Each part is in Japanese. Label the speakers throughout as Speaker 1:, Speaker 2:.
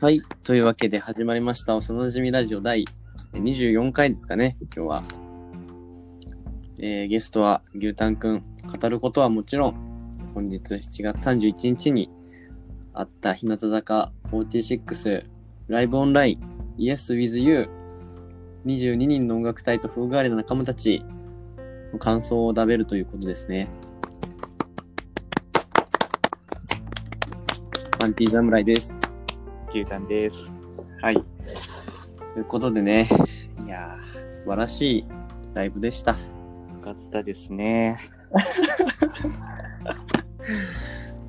Speaker 1: はい。というわけで始まりました、幼馴染ラジオ第24回ですかね、今日は。えーゲストは牛タンくん。語ることはもちろん、本日7月31日にあった日向坂46ライブオンライン Yes with You 22人の音楽隊と風変わりな仲間たちの感想を食べるということですね。パンティー侍です。
Speaker 2: 牛タンです。
Speaker 1: はい。ということでね、いやー、素晴らしいライブでした。
Speaker 2: よかったですね。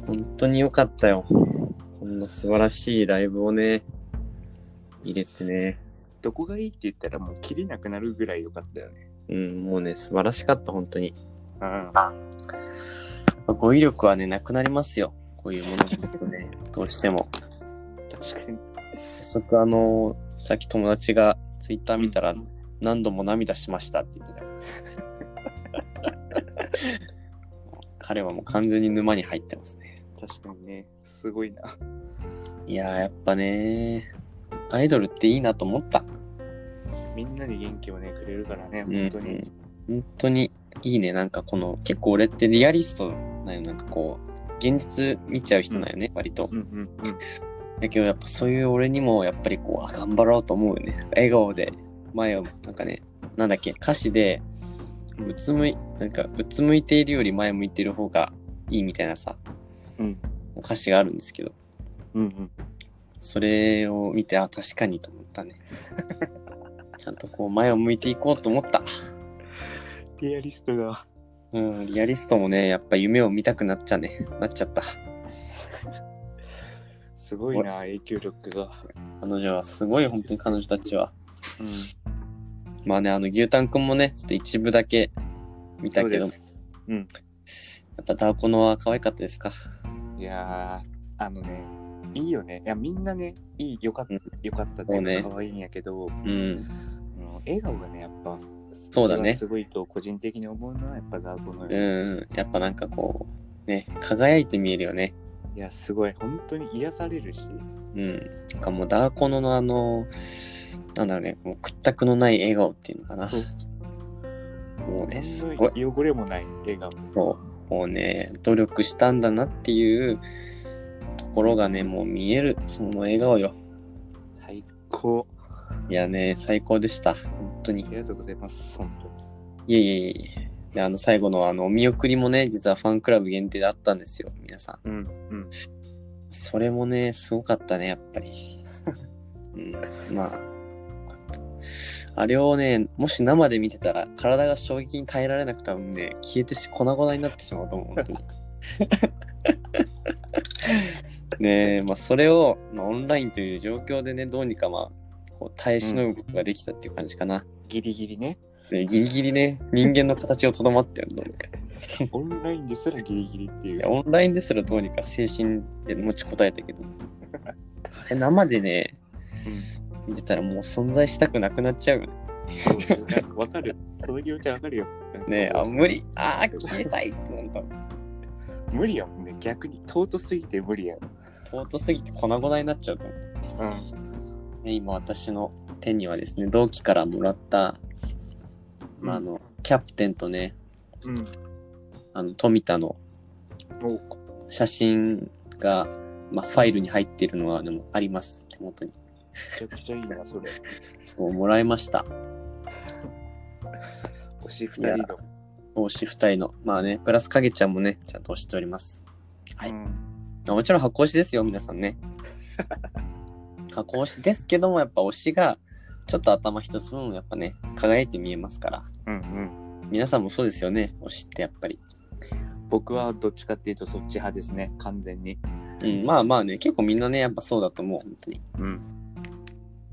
Speaker 1: 本当に良かったよ。こんな素晴らしいライブをね、入れてね。
Speaker 2: どこがいいって言ったらもう切れなくなるぐらいよかったよね。
Speaker 1: うん、もうね、素晴らしかった、本当に。
Speaker 2: うん。
Speaker 1: まあ語彙力はね、なくなりますよ。こういうものを見るとね、どうしても。
Speaker 2: 確かに。
Speaker 1: 早速、あのーさっき友達がツイッター見たら、何度も涙しましたって言って た。彼はもう完全に沼に入ってますね。
Speaker 2: 確かにね。すごいな。
Speaker 1: いやーやっぱねアイドルっていいなと思った。
Speaker 2: みんなに元気をね、くれるからね、
Speaker 1: うん
Speaker 2: 本当に。
Speaker 1: 本当にいいね。なんかこの、結構俺ってリアリストなんよ。なんかこう、現実見ちゃう人なんよね、割と
Speaker 2: う。んうん
Speaker 1: だけどやっぱそういう俺にもやっぱりこう、あ、頑張ろうと思うよね。笑顔で、前を、なんかね、なんだっけ、歌詞で、
Speaker 2: うん
Speaker 1: うつむい、なんか、うつむいているより前向いてる方がいいみたいなさ、
Speaker 2: うん。うん
Speaker 1: 歌詞があるんですけど、
Speaker 2: うんうん。
Speaker 1: それを見て、あ、確かにと思 ったね。ちゃんとこう、前を向いていこうと思った。
Speaker 2: リアリストが。
Speaker 1: うん、リアリストもね、やっぱ夢を見たくなっちゃね、なっちゃった。
Speaker 2: すごいな、影響力が。
Speaker 1: 彼女はすごい、本当に彼女たちは。
Speaker 2: うん。
Speaker 1: まあね、あの、牛タンくんもね、ちょっと一部だけ見たけど、や
Speaker 2: そうですうん。
Speaker 1: っぱダーコノは可愛かったですか
Speaker 2: いやー、あのね、いいよね。いや、みんなね、いい、よかった、よかったって
Speaker 1: そう
Speaker 2: い
Speaker 1: ね
Speaker 2: うか、可愛いんやけど、
Speaker 1: うん。
Speaker 2: あの笑顔がね、やっぱ、
Speaker 1: そうだね
Speaker 2: すごいと個人的に思うのは、やっぱダーコの、
Speaker 1: うん。やっぱなんかこう、ね、輝いて見えるよね。
Speaker 2: いや、すごい、本当に癒されるし、
Speaker 1: うん。なんかもうダーコノのあの、なんだろうね、もう屈託のない笑顔っていうのかな
Speaker 2: そう。
Speaker 1: もうね、す
Speaker 2: 何
Speaker 1: ごい。
Speaker 2: の汚れもない笑顔。
Speaker 1: そうもうね、努力したんだなっていうところがね、もう見える、その笑顔よ。
Speaker 2: 最高。
Speaker 1: いやね、最高でした。本当に
Speaker 2: あ。りがとうございます、本当に。
Speaker 1: いえいえいえ。で、あの、最後のあの、お見送りもね、実はファンクラブ限定であったんですよ、皆さん。
Speaker 2: うん、うん。
Speaker 1: それもね、すごかったね、やっぱり。うん、まあ、よかったあれをね、もし生で見てたら、体が衝撃に耐えられなく多分ね、消えてし、粉々になってしまうと思う、本当に。ねえ、まあ、それを、まあ、オンラインという状況でね、どうにか、まあ、こう耐え忍ぶことができたっていう感じかな。
Speaker 2: ギリギ リね。
Speaker 1: ねギリギリね、人間の形をとどまってるので。
Speaker 2: オンラインですらギリギリってい
Speaker 1: いうや。オンラインですらどうにか精神で持ちこたえたけど。 あれ生でね、見てたらもう存在したくなくなっちゃうよね。
Speaker 2: うんそうなんかわかる。その気持ちわかるよ。
Speaker 1: ねえ、
Speaker 2: な
Speaker 1: あ、
Speaker 2: んか
Speaker 1: 無理あー消えたいってなった。
Speaker 2: 無理やもんね。逆に尊すぎて無理やん。
Speaker 1: 尊すぎて粉々になっちゃうと思う。
Speaker 2: うん。
Speaker 1: ね、今私の手にはですね、同期からもらった、まあ、あの、キャプテンとね、
Speaker 2: うん。
Speaker 1: あの、富田の
Speaker 2: お
Speaker 1: 写真が、まあ、ファイルに入っているのは、でも、あります。手元に。
Speaker 2: めちゃくちゃいいな、それ。
Speaker 1: そう、もらいました。
Speaker 2: 推し二人の。
Speaker 1: 推し二人の。まあね、プラス影ちゃんもね、ちゃんと推しております。はい
Speaker 2: うん
Speaker 1: まあもちろん箱推しですよ、皆さん ね。箱推しですけども、やっぱ推しが、ちょっと頭一つ分もやっぱね、輝いて見えますから。
Speaker 2: うん
Speaker 1: 皆さんもそうですよね、推しってやっぱり。
Speaker 2: うん。僕はどっちかっていうとそっち派ですね、完全に。
Speaker 1: うん、まあまあね、結構みんなね、やっぱそうだと思う、本当に。
Speaker 2: うん。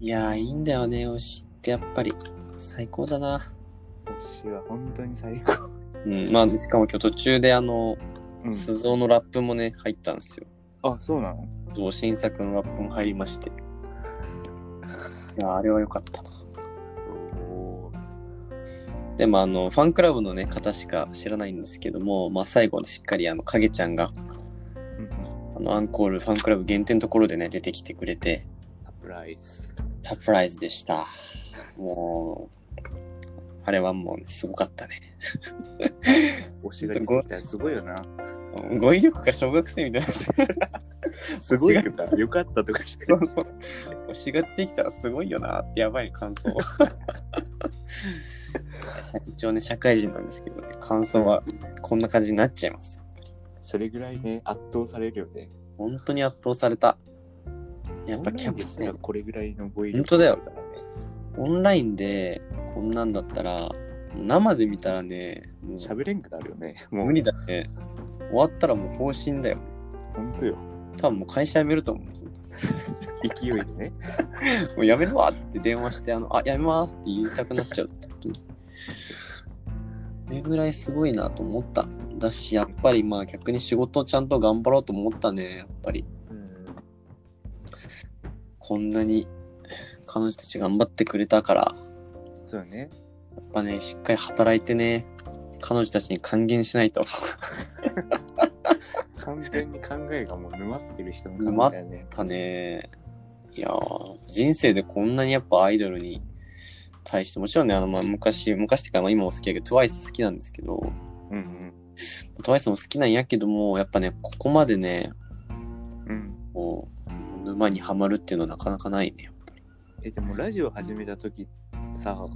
Speaker 1: いやー、いいんだよね、推しってやっぱり。最高だな。
Speaker 2: 推しは本当に最高。
Speaker 1: うん、まあ、しかも今日途中であの、
Speaker 2: うん
Speaker 1: 鈴尾のラップもね、入ったんですよ。
Speaker 2: あ、そうなの
Speaker 1: そう、新作のラップも入りま して。いやー、あれは良かったな。
Speaker 2: おー
Speaker 1: でもあのファンクラブのね方しか知らないんですけども、まあ、最後にしっかりあの影ちゃんが
Speaker 2: うん
Speaker 1: あのアンコールファンクラブ限定のところでね出てきてくれて
Speaker 2: プライズ。
Speaker 1: サプライズでした。もう、あれはもうすごかったね。
Speaker 2: 推しが出てきたらすごいよな。
Speaker 1: 語彙力が小学生みたいな。
Speaker 2: すごいよな。よかったとかして。
Speaker 1: 推しが出てきたらすごいよなってやばい感想。社一応ね、社会人なんですけどね、感想はこんな感じになっちゃいます。
Speaker 2: それぐらいね、圧倒されるよね。
Speaker 1: 本当に圧倒された。やっぱキャ
Speaker 2: オン
Speaker 1: プ
Speaker 2: ラインです
Speaker 1: テ
Speaker 2: ら
Speaker 1: ン、
Speaker 2: これぐらいの語彙
Speaker 1: 本当だよオンラインでこんなんだったら、生で見たらね、もう
Speaker 2: 喋れんくなるよね。もう
Speaker 1: 無理だね。終わったらもう方針だよ。
Speaker 2: 本当よ。
Speaker 1: 多分もう会社辞めると思う。
Speaker 2: 勢いでね。
Speaker 1: もうやめるわって電話して、あの、あ、やめますって言いたくなっちゃう。 本当にそれぐらいすごいなと思った。だし、やっぱりまあ逆に仕事をちゃんと頑張ろうと思ったね、やっぱり。
Speaker 2: うん。
Speaker 1: こんなに彼女たち頑張ってくれたから、
Speaker 2: そうよね。
Speaker 1: やっぱね、しっかり働いてね、彼女たちに還元しないと。
Speaker 2: 完全に考えがもう沼ってる人の考えだよね。
Speaker 1: たね。いやー人生でこんなにやっぱアイドルに対して、もちろんね、あの、まあ昔、昔っていうか、まあ今も好きやけど、TWICE 好きなんですけど、
Speaker 2: うん
Speaker 1: トワイスも好きなんやけどもやっぱねここまでね
Speaker 2: うん。うん。
Speaker 1: こう沼にはまるっていうのはなかなかないね
Speaker 2: え、でもラジオ始めた時さ、
Speaker 1: う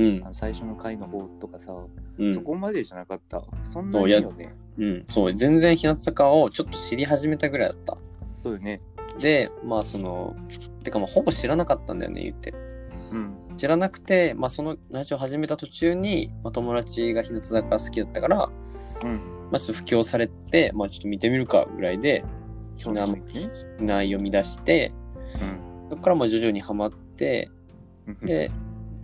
Speaker 1: ん
Speaker 2: あの最初の回の方とかさ、
Speaker 1: うん
Speaker 2: そこまでじゃなかった。そんな
Speaker 1: そう
Speaker 2: に
Speaker 1: や
Speaker 2: よね。
Speaker 1: うんそう全然日向坂をちょっと知り始めたぐらいだった
Speaker 2: そうよね。
Speaker 1: でまあそのてかまあほぼ知らなかったんだよね言って
Speaker 2: うん。
Speaker 1: 知らなくてまあそのラジオ始めた途中に、まあ、友達が日向坂好きだったからま
Speaker 2: うん。
Speaker 1: あちょっと布教されてまあちょっと見てみるかぐらいで
Speaker 2: そうだね。
Speaker 1: 内容見出してそこからまあ徐々にはまって
Speaker 2: うん。
Speaker 1: で、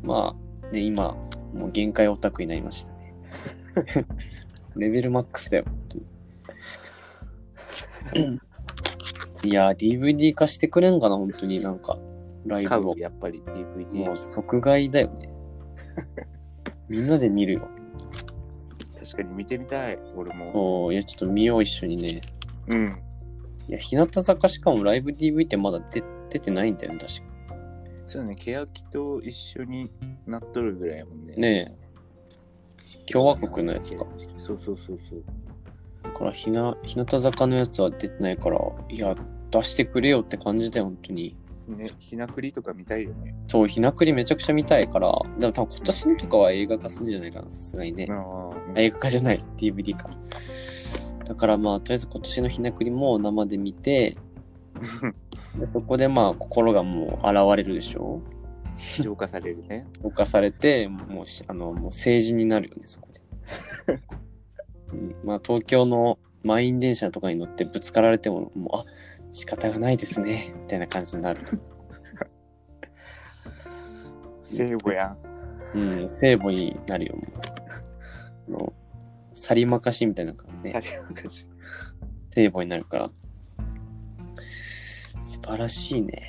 Speaker 1: まあ、で、今、もう限界オタクになりましたね。 レベルマックスだよ、本当に。いやー、DVD 化してくれんかな、本当になんか、ライブ
Speaker 2: 買う
Speaker 1: を。
Speaker 2: やっぱり DVD。
Speaker 1: もう即買いだよね。みんなで見るよ。
Speaker 2: 確かに見てみたい、俺も。
Speaker 1: おーいや、ちょっと見よう、一緒にね。
Speaker 2: うん。
Speaker 1: いや、日向坂しかもライブ DV ってまだ出出てないんだよね、確か。
Speaker 2: そうね、ケヤキと一緒になっとるぐらいやもんね。
Speaker 1: ねえ。共和国のやつか。
Speaker 2: そうそうそうそう。
Speaker 1: だからひな日向坂のやつは出てないからいや出してくれよって感じだよ本当に
Speaker 2: ね、ひなくりとか見たいよね。
Speaker 1: そうひなくりめちゃくちゃ見たいからでも多分今年のとかは映画化するんじゃないかなさすがにね
Speaker 2: ああ、
Speaker 1: 映画化じゃない DVD かだからまあとりあえず今年のひなくりも生で見てでそこでまあ心がもう現れるでしょ
Speaker 2: 浄化されるね。
Speaker 1: 動かされてもうしあのもう成人になるよねそこで、うん、まあ東京の満員電車とかに乗ってぶつかられてももうあ仕方がないですねみたいな感じになる、
Speaker 2: 聖母やん。
Speaker 1: うん、聖母になるよもうあのさりまかしみたいな感じ
Speaker 2: さ
Speaker 1: で
Speaker 2: りまかし
Speaker 1: 聖母になるから素晴らしいね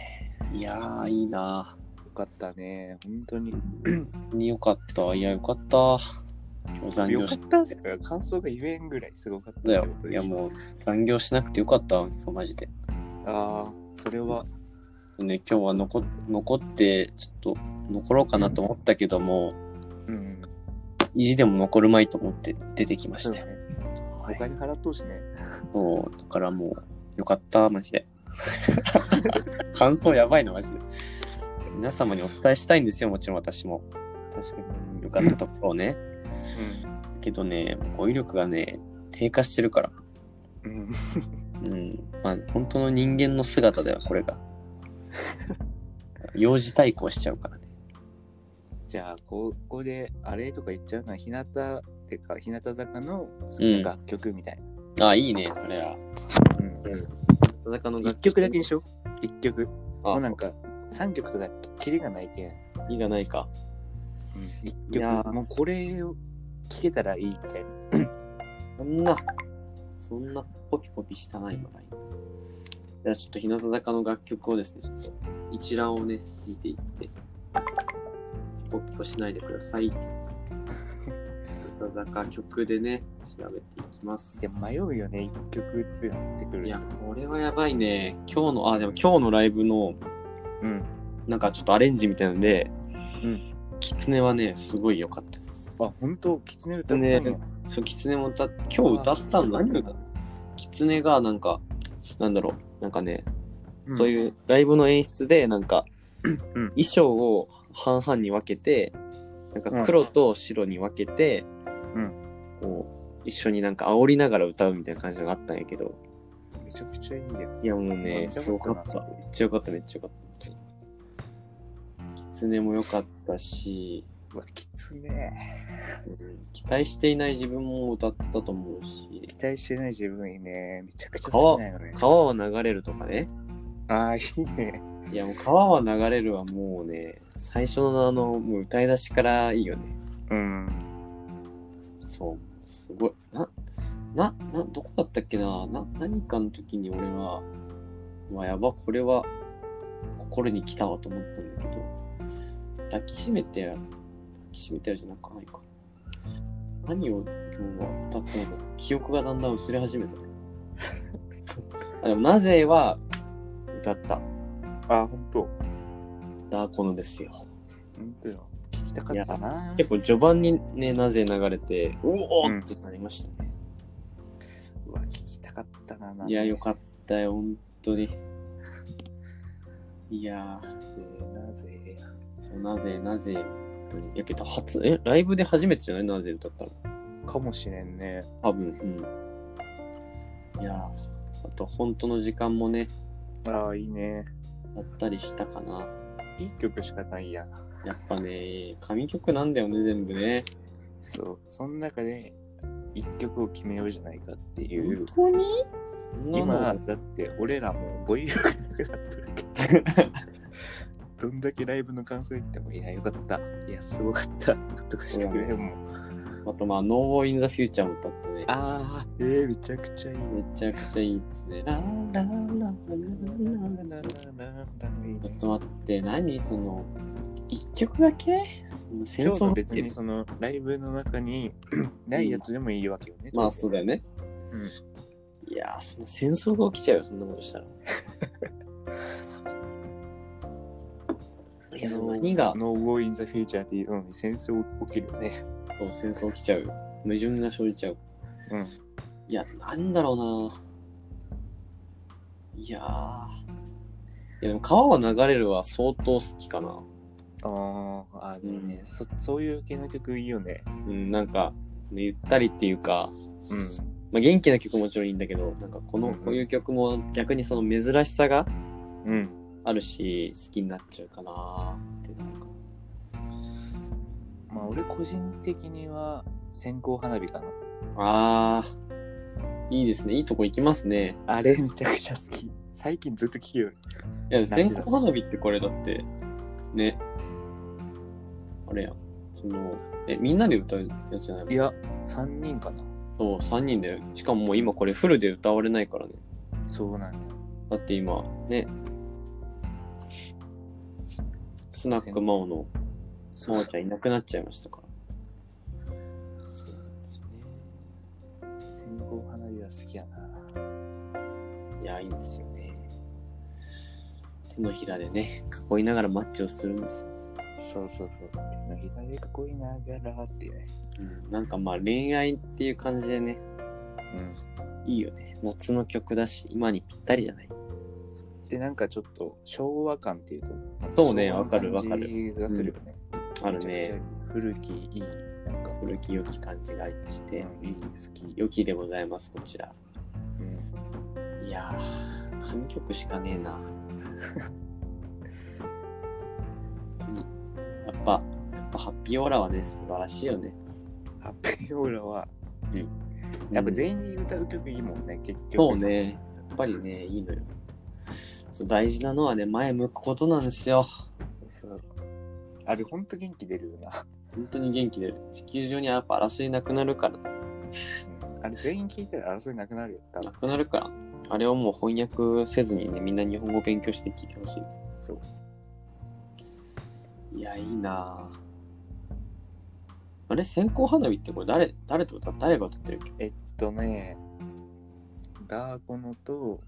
Speaker 1: いやーいいな
Speaker 2: よかったね、本当に。
Speaker 1: によかったいやよかった今日残
Speaker 2: よ
Speaker 1: 業
Speaker 2: か
Speaker 1: し
Speaker 2: ったしか感想が言えんぐらいすごかった
Speaker 1: だよいやもう残業しなくてよかった今日マジで
Speaker 2: ああ、それは、
Speaker 1: ね、今日は残っ残って、ちょっと残ろうかなと思ったけども、
Speaker 2: うん。
Speaker 1: 意地でも残るまいと思って出てきま
Speaker 2: そ
Speaker 1: し
Speaker 2: う
Speaker 1: た
Speaker 2: だ
Speaker 1: よ。
Speaker 2: ね。お金払っとうしね。
Speaker 1: そう、だからもう、よかった、マジで。 感想やばいな、マジで。皆様にお伝えしたいんですよ、もちろん私も。
Speaker 2: 確かに。
Speaker 1: よかったところをね。けどね、語彙力がね、低下してるから。
Speaker 2: うん。うん。
Speaker 1: うん。まあ、本当の人間の姿だよ、これ が。幼児対抗しちゃうからね。
Speaker 2: じゃあ、ここで、あれとか言っちゃうのは、日向、てか、日向坂の
Speaker 1: うん
Speaker 2: 楽曲みたいな。
Speaker 1: あ、いいね、それは。
Speaker 2: うん。
Speaker 1: 戦の
Speaker 2: 一曲だけにしよう。一曲。
Speaker 1: あ
Speaker 2: もうなんか、三曲とか、キリがないけん。
Speaker 1: 意がないか。
Speaker 2: 一
Speaker 1: いやー
Speaker 2: 曲もうこれを聴けたらいいみたいな
Speaker 1: そんな、そんなポピポピしたないのがいい。じゃあちょっと日向坂の楽曲をですね、ちょっと一覧をね、見ていって、ポピポしないでくださ い。日向坂曲でね、調べていきます。
Speaker 2: で迷うよね一曲ってなってくる
Speaker 1: いや、これはやばいね。今日の、あ、でも今日のライブの
Speaker 2: うん。
Speaker 1: なんかちょっとアレンジみたいなんで、
Speaker 2: うん
Speaker 1: キツネはね、すごい良かったです。
Speaker 2: あ、本当キツネ歌ったんや
Speaker 1: ねそう、キツネも歌っ今日歌ったの何歌ったキツネがなんか、なんだろう、なんかね、そう
Speaker 2: う
Speaker 1: いうライブの演出で、なんか、
Speaker 2: うん
Speaker 1: 衣装を半々に分けて、なんか黒と白に分けて、
Speaker 2: うん
Speaker 1: こう、一緒になんか煽りながら歌うみたいな感じのがあったんやけど、
Speaker 2: ん。めちゃくちゃいいやん。
Speaker 1: いやもう
Speaker 2: あ見たことな
Speaker 1: ね、
Speaker 2: い
Speaker 1: すごかった。めっちゃよかった、めっちゃよかった。キツネも良かったし、
Speaker 2: うわ、キツネ。
Speaker 1: うん期待していない自分も歌ったと思うし
Speaker 2: 期、待してない自分いいね。めちゃくちゃ好きなのね。
Speaker 1: 川は流れるとかね。
Speaker 2: ああ、いいね。
Speaker 1: いやもう川は流れるはもうね、最初のあの、もう歌い出しからいいよね。
Speaker 2: うん。
Speaker 1: そう、すごい。な、な、な、どこだったっけなな、何かの時に俺は、まあやば、これは心に来たわと思ったんだけど、抱きしめてや、抱きしめてやるじゃなくないか。何を今日は歌ったのか、記憶がだんだん薄れ始めたね。あでも、なぜは歌った。
Speaker 2: あー、ほんと。
Speaker 1: ダーコノですよ。
Speaker 2: ほんとよ。聞きたかったな。
Speaker 1: 結構序盤にね、なぜ流れて、うお
Speaker 2: うん
Speaker 1: ーってなりましたね。
Speaker 2: うわ、聞きたかったな。なんか
Speaker 1: いや、よかったよ、本当に。いや
Speaker 2: なぜや
Speaker 1: ー、そうなぜ、なぜ、本当に。いやけど、初、え、ライブで初めてじゃないなぜ歌ったの
Speaker 2: かもしれんね。
Speaker 1: 多分、うん。いやー、あと、本当の時間もね、
Speaker 2: ああ、いいね。
Speaker 1: あったりしたかな。
Speaker 2: いい曲しかないやん。
Speaker 1: やっぱね、神曲なんだよね、全部ね。
Speaker 2: そう。その中で、一曲を決めようじゃないかっていう
Speaker 1: 本。当にそんな
Speaker 2: 今、
Speaker 1: の
Speaker 2: だって俺らもう語彙力なくなってる けど。どんだけライブの感想言っても、いや、よかった。いや、すごかった。とかしかくれんもん。
Speaker 1: あと、まあ、No War in the Future も歌ってね。
Speaker 2: ああ、えー、めちゃくちゃいい。
Speaker 1: めちゃくちゃいいっすね。ラララララララちょっと待って、何その、一曲だけその戦
Speaker 2: 今日
Speaker 1: 争
Speaker 2: の別にそのライブの中にないやつでもいいわけよね。
Speaker 1: まあそうだよね。
Speaker 2: うん
Speaker 1: いやー、その戦争が起きちゃうよ、そんなこと したら。いや、何が、
Speaker 2: No War in the Future っていうのに戦争起きるよね。
Speaker 1: そう戦争起きちゃうよ。矛盾が生じちゃう。
Speaker 2: うん
Speaker 1: いや、なんだろうな。いやー。いや、でも川は流れるは相当好きかな。
Speaker 2: あーあ、でもね、
Speaker 1: うん
Speaker 2: そ、そういう系の曲いいよね。
Speaker 1: うん、なんか、ねゆったりっていうか、
Speaker 2: うん。
Speaker 1: まあ、元気な曲ももちろんいいんだけど、なんかこの、
Speaker 2: うんうん
Speaker 1: こういう曲も逆にその珍しさが
Speaker 2: うん。
Speaker 1: あるし、好きになっちゃうかなーってなんか。
Speaker 2: まあ俺個人的には線香花火かな。
Speaker 1: あー、いいですね。いいとこ行きますね。
Speaker 2: あれめちゃくちゃ好き。最近ずっと聴ける。
Speaker 1: いや、
Speaker 2: 夏だし
Speaker 1: 線香花火ってこれだって、ね。あれやん。その、え、みんなで歌うやつじゃないの
Speaker 2: いや、3人かな。
Speaker 1: そう、3人で。しかももう今これフルで歌われないからね。
Speaker 2: そうなんや。
Speaker 1: だって今、ね。スナックマオの
Speaker 2: そ
Speaker 1: マ
Speaker 2: う
Speaker 1: オちゃんいなくなっちゃいましたから。
Speaker 2: そうなんですね。線香花火は好きやな。
Speaker 1: いや、いいですよね。手のひらでね、囲いながらマッチをするんですよ。
Speaker 2: そうそうそう。の左で囲いながらってね。
Speaker 1: うん、なんかまあ恋愛っていう感じでね、
Speaker 2: うん。
Speaker 1: いいよね。夏の曲だし、今にぴったりじゃない。
Speaker 2: で、なんかちょっと昭和感っていうと、
Speaker 1: そうね
Speaker 2: 昭和の
Speaker 1: わかるわかる
Speaker 2: 感じがするよね。
Speaker 1: ある
Speaker 2: めちゃ
Speaker 1: ね。
Speaker 2: くちゃ古きいい、なんか、
Speaker 1: 古き良き感じがして、
Speaker 2: いい好き。
Speaker 1: 良きでございます、こちら。
Speaker 2: うん
Speaker 1: いやー、神曲しかねえな。 本当に。やっぱ、やっぱハッピーオーラはね、素晴らしいよね。
Speaker 2: ハッピーオーラは、やっぱ全員に歌う曲いいもんね、結局。
Speaker 1: そう。ね。やっぱりね、いいのよ。そう大事なのはね、前向くことなんですよ。
Speaker 2: そうあれ、ほんと元気出るよな。
Speaker 1: 本当に元気出る。地球上にはやっぱ争いなくなるから、
Speaker 2: あれ、全員聴いたら争いなくなるよ、多
Speaker 1: な
Speaker 2: 分。
Speaker 1: くなるから。あれをもう翻訳せずにね、みんな日本語勉強して聞いてほしいです。
Speaker 2: そう。
Speaker 1: いや、いいなぁ。あれ線香花火ってこれ誰、誰と歌っ誰が歌ってるっけ
Speaker 2: えっとね、ダーコノと、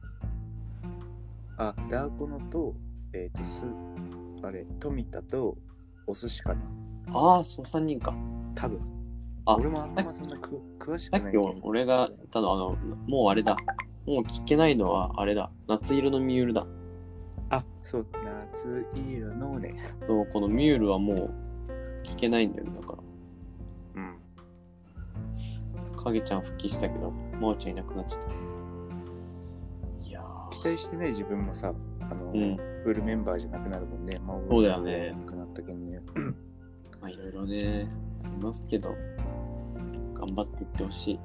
Speaker 2: あ、ダーコノと、えっ、と、す、あれ、富田とお寿司かな。
Speaker 1: ああ、そう3人か。
Speaker 2: 多分。
Speaker 1: あ
Speaker 2: 俺もあんまそんなく詳し
Speaker 1: さ
Speaker 2: く
Speaker 1: っ
Speaker 2: な
Speaker 1: き
Speaker 2: いけど。
Speaker 1: 俺が言ったの、あの、もうあれだ。もう聞けないのはあれだ。夏色のミュールだ。
Speaker 2: あ、そう、夏色のね。
Speaker 1: そう、このミュールはもう聞けないんだよね。だか
Speaker 2: うん。
Speaker 1: ら、影ちゃん復帰したけど、真央ちゃんいなくなっちゃった。いや
Speaker 2: 期待してない自分もさ、あの、
Speaker 1: ー。うん。
Speaker 2: フルメンバーじゃなくなるもんね。まあ、
Speaker 1: そうだよね
Speaker 2: なくなったけんね。
Speaker 1: まあいろいろね、ありますけど、頑張っていってほしい。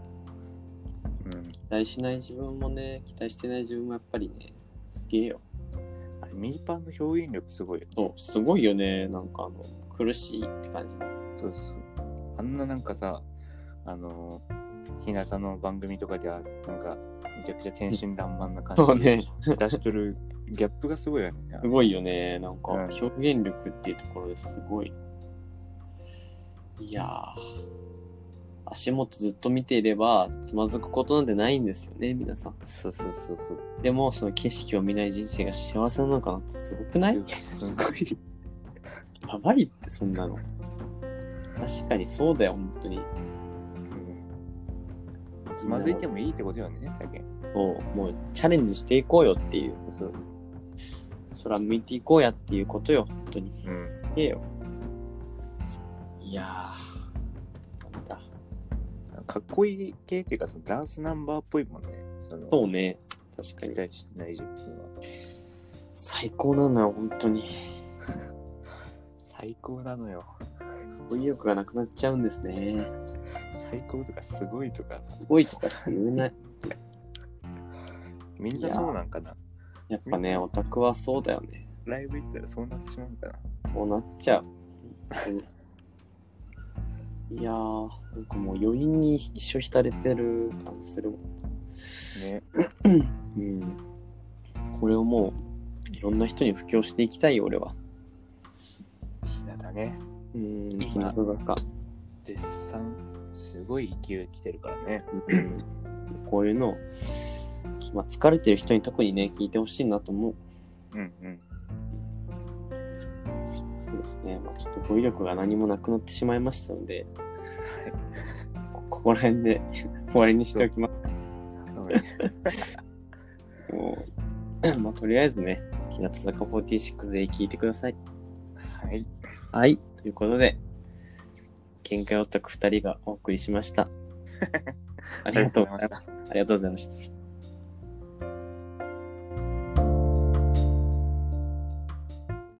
Speaker 2: うん。
Speaker 1: 期待しない自分もね、期待してない自分もやっぱりね、すげえよ。
Speaker 2: あれ、ミニパンの表現力すごいよ。
Speaker 1: そう、すごいよね。なんかあの、苦しいって感じ。
Speaker 2: そうそう。あんななんかさ、あのー、日向の番組とかでは、なんか、めちゃくちゃ天真爛漫な
Speaker 1: そう
Speaker 2: 感じ
Speaker 1: ね。
Speaker 2: 出しとるギャップがすごいよね。
Speaker 1: すごいよね。なんか、
Speaker 2: うん
Speaker 1: 表現力っていうところですごい。いやー。足元ずっと見ていれば、つまずくことなんてないんですよね、皆さん。
Speaker 2: そうそうそうそう。
Speaker 1: でも、その景色を見ない人生が幸せなのかなってすごくない
Speaker 2: すごい。
Speaker 1: やばいって、そんなの。確かにそうだよ、本当に。
Speaker 2: つまずいてもいいってことよね。だけ
Speaker 1: そう、もうチャレンジしていこうよっていう。
Speaker 2: そう。
Speaker 1: そら向いていこうやっていうことよ、本当に。
Speaker 2: うん。
Speaker 1: すげえよ。いやー。なんだ。
Speaker 2: かっこいい系っていうか、そのダンスナンバーっぽいもんね。その
Speaker 1: そうね。確か
Speaker 2: 期
Speaker 1: に。
Speaker 2: 待してない自分は。
Speaker 1: 最高なのよ、本当に。
Speaker 2: 最高なのよ。
Speaker 1: 意欲がなくなっちゃうんですね。
Speaker 2: 最高とかすごいとかさ。
Speaker 1: すごいとかしか言えない。
Speaker 2: みんなそうなんかな。
Speaker 1: やっぱね、オタクはそうだよね。
Speaker 2: ライブ行ったらそうなってしまうんかな。
Speaker 1: こうなっちゃう。本当にいやー、なんかもう余韻に一生浸れてる感じするもん。
Speaker 2: ね。
Speaker 1: うん。これをもう、いろんな人に布教していきたいよ、俺は。
Speaker 2: 日向ね。
Speaker 1: うん、
Speaker 2: 今
Speaker 1: 日向坂。
Speaker 2: 絶賛、すごい勢い来てるからね。
Speaker 1: うんこういうのを、まあ、疲れてる人に特にね、聞いてほしいなと思う。
Speaker 2: うんうん。
Speaker 1: そうですね、まあ、ちょっと語彙力が何もなくなってしまいましたので、こここら辺で 終わりにしておきます。
Speaker 2: そうね
Speaker 1: もうまあ、とりあえずね、日向坂46で聞いてください。
Speaker 2: はい。
Speaker 1: はい。ということで、限界オタク2人がお送りしました。ありがとうございました。
Speaker 2: た。
Speaker 1: ありがとうございました。